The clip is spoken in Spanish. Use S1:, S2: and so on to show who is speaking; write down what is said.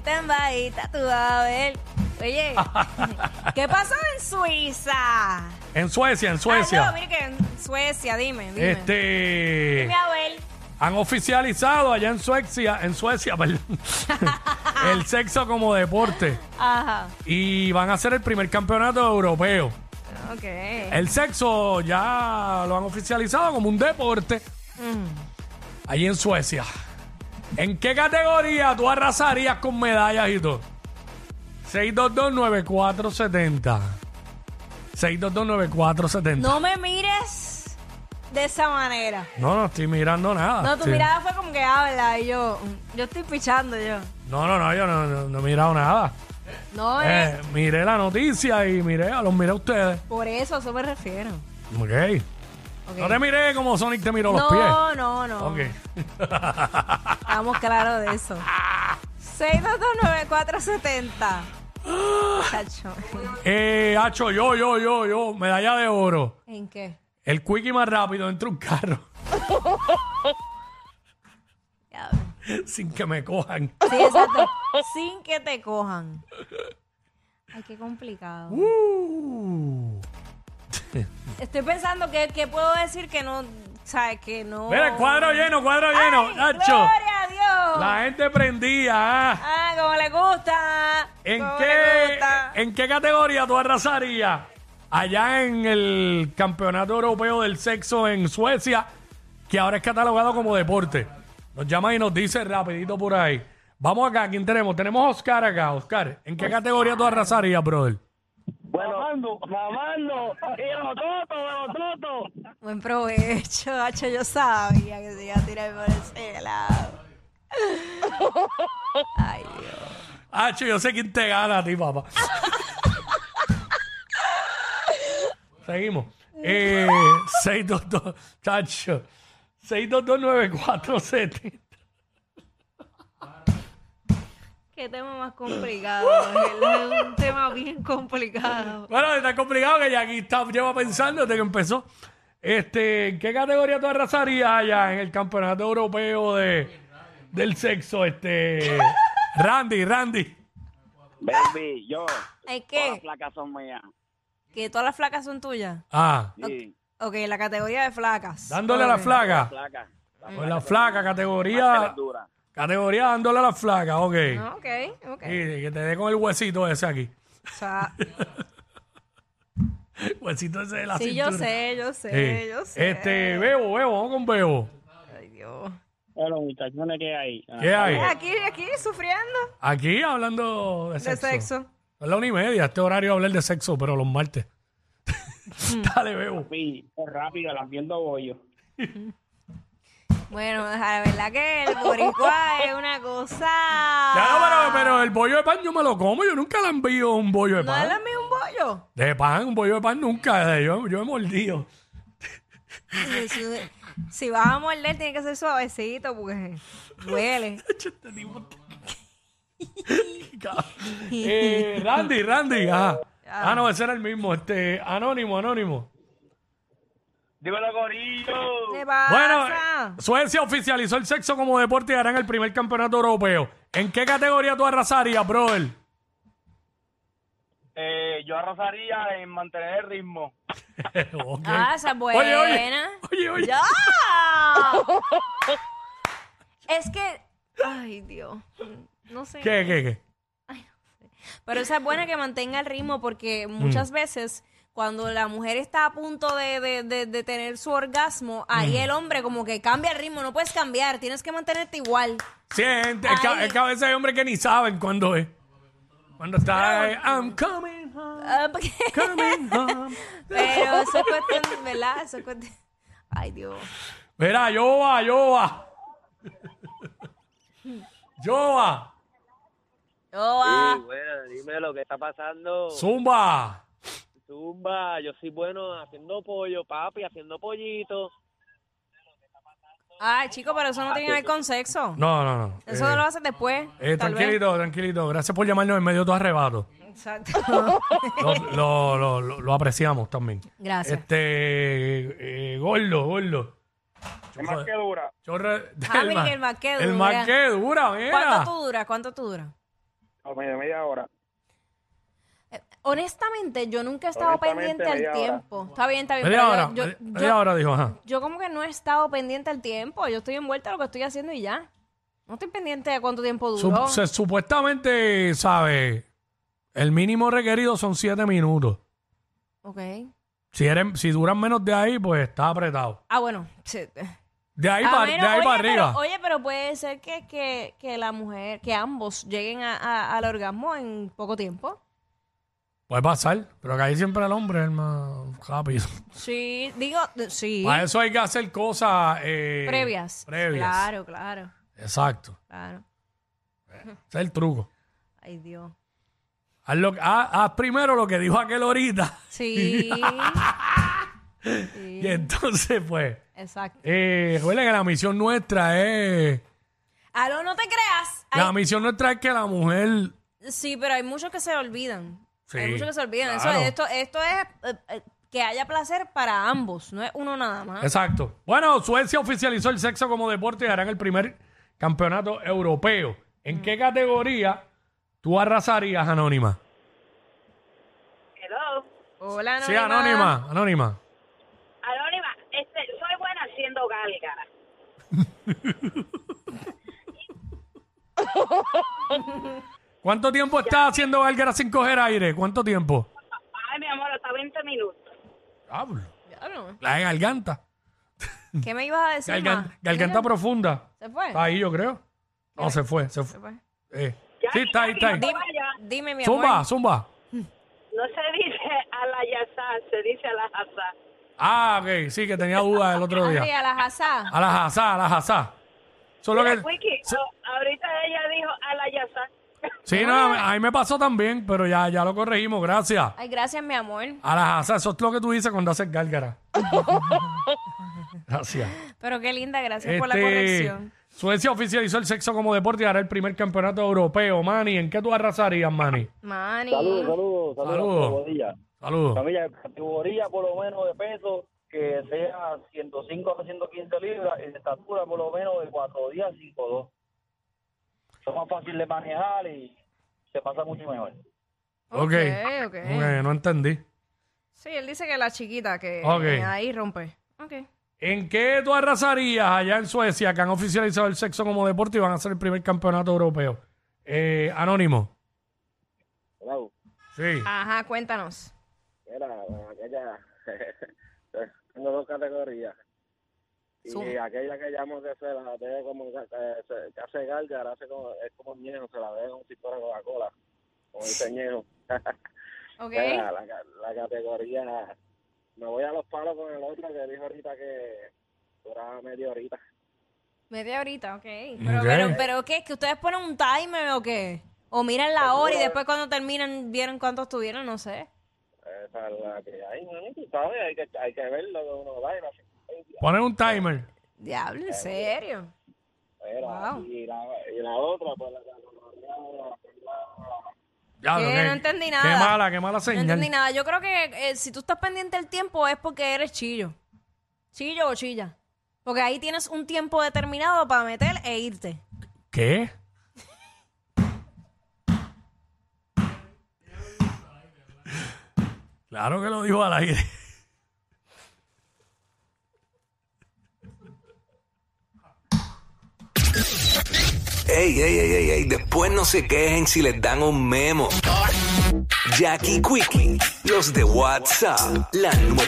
S1: temba ahí tatuado, a ver. Oye, ¿qué pasó en Suiza?
S2: En Suecia, en
S1: Ah, no,
S2: Suecia.
S1: mire que en Suecia, dime, dime.
S2: este.
S1: Dime, Abel.
S2: Han oficializado allá en Suecia, en Suecia, perdón, el sexo como deporte.
S1: Ajá,
S2: Y van a ser el primer campeonato europeo.
S1: ok.
S2: El sexo ya lo han oficializado como un deporte. Allí en Suecia. ¿En qué categoría tú arrasarías con medallas y todo? 6229470. 6229470.
S1: No me mires de esa manera.
S2: No, no estoy mirando nada.
S1: No, tu
S2: Sí.
S1: mirada fue como que habla y yo, mm, yo estoy pichando yo.
S2: No, no, no, yo no, no- no he mirado nada.
S1: No,
S2: Eh,
S1: eh,
S2: miré la noticia y miré, a los miré a ustedes.
S1: por eso, a eso me refiero.
S2: Ok.
S1: Ok.
S2: No te miré como Sonic te miró los pies.
S1: No, no, no.
S2: Ok.
S1: Estamos claros de eso. 6229470. Chacho.
S2: Eh, Hacho, yo, yo, yo, yo, medalla de oro.
S1: ¿En qué?
S2: El quickie más rápido entra un carro
S1: Ya ves.
S2: sin que me cojan.
S1: Sí, exacto. Sin que te cojan. Ay, qué complicado.
S2: Uh.
S1: Estoy pensando que, que puedo decir que no, ¿sabes? Que no.
S2: Mira, el cuadro lleno, cuadro lleno,
S1: Ay,
S2: Hacho.
S1: ¡Gloria a Dios!
S2: La gente prendía. ah.
S1: Ah, como le gusta.
S2: ¿En
S1: como le
S2: qué, Eh,
S1: gusta.
S2: ¿En qué categoría tú arrasarías? Allá en el Campeonato Europeo del Sexo en Suecia, que ahora es catalogado como deporte. Nos llama y nos dice rapidito por ahí. Vamos acá, ¿quién tenemos? Tenemos a Oscar acá. Oscar, ¿en qué categoría tú arrasarías, brother?
S3: Bueno, mamando, mamando, y los totos, los totos.
S2: eh.
S1: Buen provecho, Hacho. Yo sabía que se iba a tirar por ese lado. Ay, Dios.
S2: Hacho, yo sé quién te gana a ti, papá. Seguimos. Eh, 622, Tacho. 6229470.
S1: Qué tema más complicado, Ángel. Es un tema bien complicado.
S2: Bueno, está complicado que ya aquí está, lleva pensando desde que empezó. Este, ¿en qué categoría tú arrasarías allá en el campeonato europeo de, del sexo? Este, Randy, Randy.
S3: Baby, yo,
S1: Ay,
S3: todas las
S1: ¿qué?
S3: placas son mías.
S1: Que todas las flacas son tuyas.
S2: Ah,
S3: Sí,
S1: Ok, la categoría de flacas.
S2: dándole a la
S1: Ok.
S2: flaca.
S3: placas.
S2: Pues la flaca, categoría,
S3: Las duras.
S2: categoría dándole a la flaca, ok.
S1: Ah, Ok, ok.
S2: Y que te dé con el huesito ese aquí.
S1: O sea,
S2: Huesito ese de la
S1: sí,
S2: cintura.
S1: yo sé, yo sé,
S2: Sí.
S1: yo sé.
S2: Este, Bebo, Bebo, vamos con Bebo.
S1: Ay, Dios.
S3: Bueno, muchachones, ¿qué hay? Ah,
S2: ¿Qué hay?
S1: Aquí, aquí, sufriendo
S2: Aquí hablando de
S1: de
S2: sexo.
S1: sexo.
S2: Es la una y media, este horario hablar de sexo, pero los martes.
S1: Hmm.
S2: Dale, Bebo.
S3: papi, es rápido, las viendo bollo.
S1: Bueno, la verdad que el boricua es una cosa... Ah.
S2: Ya, no, pero, pero el bollo de pan yo me lo como, yo nunca le envío un bollo de
S1: ¿No
S2: pan.
S1: es lo mismo un bollo?
S2: De pan, un bollo de pan nunca, eh, yo, yo he mordido.
S1: Si- si- Si vas a morder, tiene que ser suavecito porque duele.
S2: Este tipo está- eh, Randy, Randy, ajá. Ah, no, ese era el mismo, este, anónimo, anónimo.
S3: Dímelo, Corillo.
S1: ¿Qué pasa?
S2: Bueno, eh, Suecia oficializó el sexo como deporte y hará en el primer campeonato europeo. ¿En qué categoría tú arrasarías, brother?
S3: Eh, yo arrasaría en mantener el ritmo.
S2: Ok.
S1: Ah, esa es buena.
S2: Oye, oye, oye, oye.
S1: ¡Ya! es que. Ay, Dios. No sé.
S2: ¿Qué, qué, qué?
S1: Pero esa es buena que mantenga el ritmo porque muchas
S2: Mm.
S1: veces. Cuando la mujer está a punto de, de- de- de tener su orgasmo,
S2: Mm.
S1: ahí el hombre como que cambia el ritmo, no puedes cambiar, tienes que mantenerte igual.
S2: Siente, es que,
S1: Ay.
S2: es que a veces hay hombres que ni saben cuándo es. Cuando está, eh, I'm coming home,
S1: Ah, porque-
S2: coming home.
S1: Pero eso es cuestión, ¿verdad? Eso es cuestión... Ay, Dios.
S2: Mira, yo va, yo va. Yo va,
S1: Yo, ah,
S3: bueno, dime lo que está pasando.
S2: zumba.
S3: Zumba, yo soy bueno haciendo pollo, papi, haciendo pollito.
S1: Ay, chico, pero eso no tiene que ver con sexo.
S2: No, no, no.
S1: Eso
S2: Eh,
S1: lo haces después.
S2: eh,
S1: tal vez.
S2: tranquilito, tranquilito. Gracias por llamarnos en medio de tu arrebato.
S1: Exacto.
S2: Lo, lo, lo- lo- lo apreciamos también.
S1: Gracias.
S2: Este, eh, gordo, gordo.
S3: Es más que dura.
S2: Chorre-
S1: Ah,
S2: el
S1: mira,
S2: más-
S1: el más que
S2: El
S1: dura.
S2: más que dura, mira.
S1: ¿Cuánto tú duras? ¿Cuánto tú duras?
S4: o media, media hora.
S1: Eh, Honestamente, yo nunca he estado
S4: Honestamente,
S1: pendiente al
S4: media hora.
S1: tiempo. Está bien, está bien.
S2: Media
S1: pero
S2: hora,
S1: yo,
S2: media-
S1: yo-
S2: media
S1: yo-
S2: hora dijo, ajá.
S1: yo como que no he estado pendiente al tiempo. Yo estoy envuelta en lo que estoy haciendo y ya. No estoy pendiente de cuánto tiempo
S2: Sup-
S1: duró.
S2: se- supuestamente, ¿sabe? El mínimo requerido son siete minutos.
S1: Ok.
S2: Si, eres, si duran menos de ahí, pues está apretado.
S1: Ah, bueno. sí.
S2: De ahí,
S1: A
S2: para,
S1: menos-
S2: de ahí
S1: oye,
S2: para
S1: pero-
S2: arriba.
S1: oye, pero puede ser que, que, que la mujer, que ambos lleguen a- a- al orgasmo en poco tiempo.
S2: Puede pasar, pero que ahí siempre el hombre es el más rápido.
S1: Sí, digo, de- sí.
S2: Para eso hay que hacer cosas... eh,
S1: Previas.
S2: Previas.
S1: Claro, claro,
S2: Exacto.
S1: claro.
S2: Ese es el truco.
S1: Ay, Dios.
S2: Haz, lo- haz- haz primero lo que dijo aquel ahorita.
S1: Sí.
S2: Y entonces, pues...
S1: Exacto.
S2: Eh, recuerden que la misión nuestra es...
S1: Aló, no te creas.
S2: La
S1: Hay-
S2: misión nuestra es que la mujer...
S1: sí, pero hay muchos que se olvidan.
S2: Sí,
S1: hay muchos que se olvidan. Eso-
S2: claro.
S1: esto, esto es eh, eh, que haya placer para ambos, no es uno nada más.
S2: Exacto. Bueno, Suecia oficializó el sexo como deporte y harán el primer campeonato europeo.
S1: Mm.
S2: ¿En qué categoría tú arrasarías, Anónima?
S5: Hello.
S1: Hola, Anónima.
S2: Sí, Anónima, Anónima.
S5: Anónima, este, soy buena haciendo gálgaras.
S2: ¿Cuánto tiempo estás haciendo gárgaras sin coger aire? ¿Cuánto tiempo?
S5: Ay, mi amor, hasta 20 minutos.
S2: Diablo.
S1: Diablo,
S2: La de garganta.
S1: ¿Qué me ibas a decir?
S2: Gargan-
S1: ma?
S2: garganta profunda.
S1: ¿Se fue?
S2: Está ahí, yo creo. No, se fue,
S1: Se
S2: se fue.
S1: fue.
S2: Eh,
S5: Ya,
S2: Sí, está ahí,
S5: ya,
S2: está ahí.
S5: ya,
S1: Dime,
S5: Vaya.
S1: dime, mi amor.
S2: Zumba, zumba.
S5: No se dice a la yazá, se dice a la jazá.
S2: Ah, ok, sí, que tenía duda el otro
S1: Henry,
S2: día.
S1: a la jazá.
S2: A la jazá, a la jazá. Solo que...
S5: Wiki,
S2: se-
S5: a- ahorita ella dijo a la yazá.
S2: Sí, no, a mí me pasó también, pero ya, ya lo corregimos, gracias.
S1: Ay, gracias, mi amor.
S2: A la jazá, eso es lo que tú dices cuando haces gárgara. gracias.
S1: Pero qué linda, gracias por la
S2: Este,
S1: corrección.
S2: Suecia oficializó el sexo como deporte y hará el primer campeonato europeo. Manny, ¿en qué tú arrasarías, Manny?
S1: Mani.
S4: Saludos, saludos,
S2: Saludos.
S4: saludos. categoría.
S2: Saludos.
S4: Familia, categoría por lo menos de peso que sea 105 a 115 libras y de estatura por lo menos de 4 días 5 2. Son más fácil de manejar y se pasa mucho mejor.
S2: Ok.
S1: Ok, ok.
S2: Ok, no entendí.
S1: Sí, él dice que la chiquita que
S2: Ok.
S1: eh, ahí rompe. Ok.
S2: ¿En qué tú arrasarías allá en Suecia que han oficializado el sexo como deporte y van a hacer el primer campeonato europeo? Eh, anónimo.
S4: Hello.
S2: Sí.
S1: Ajá, cuéntanos.
S4: Era, bueno, aquella. Tengo dos categorías. Y
S1: Suma.
S4: aquella que llamo que se la deja como. eh, se- que hace gárgara, hace como, es como ñejo, se la deja como si fuera Coca-Cola. Como dice ñejo.
S1: Ok.
S4: Era la, ca- la categoría. Me voy a los palos con el otro que dijo ahorita que duraba media horita.
S1: Media horita, ok. Pero,
S2: Ok.
S1: pero, pero ¿qué? ¿Que ustedes ponen un timer o qué? O miran la hora y después cuando terminan vieron cuántos tuvieron, no sé.
S4: Esa es la que hay, mami, tú sabes, hay que, hay que verlo de uno va y no sé.
S2: Poner un timer.
S1: Diablo, en serio.
S4: Era,
S1: Wow.
S4: y, la, y la otra, pues la categoría.
S2: Ya,
S1: ¿Qué?
S2: lo que-
S1: No entendí
S2: Qué
S1: nada.
S2: mala, qué mala
S1: No
S2: señal.
S1: entendí nada. Yo creo que eh, si tú estás pendiente del tiempo es porque eres chillo. Chillo o chilla. Porque ahí tienes un tiempo determinado para meter e irte.
S2: ¿Qué? Claro que lo dijo al aire.
S6: Ey, ey, ey, ey, ey, después no se quejen si les dan un memo. Jackie Quickie, los de WhatsApp, la 9.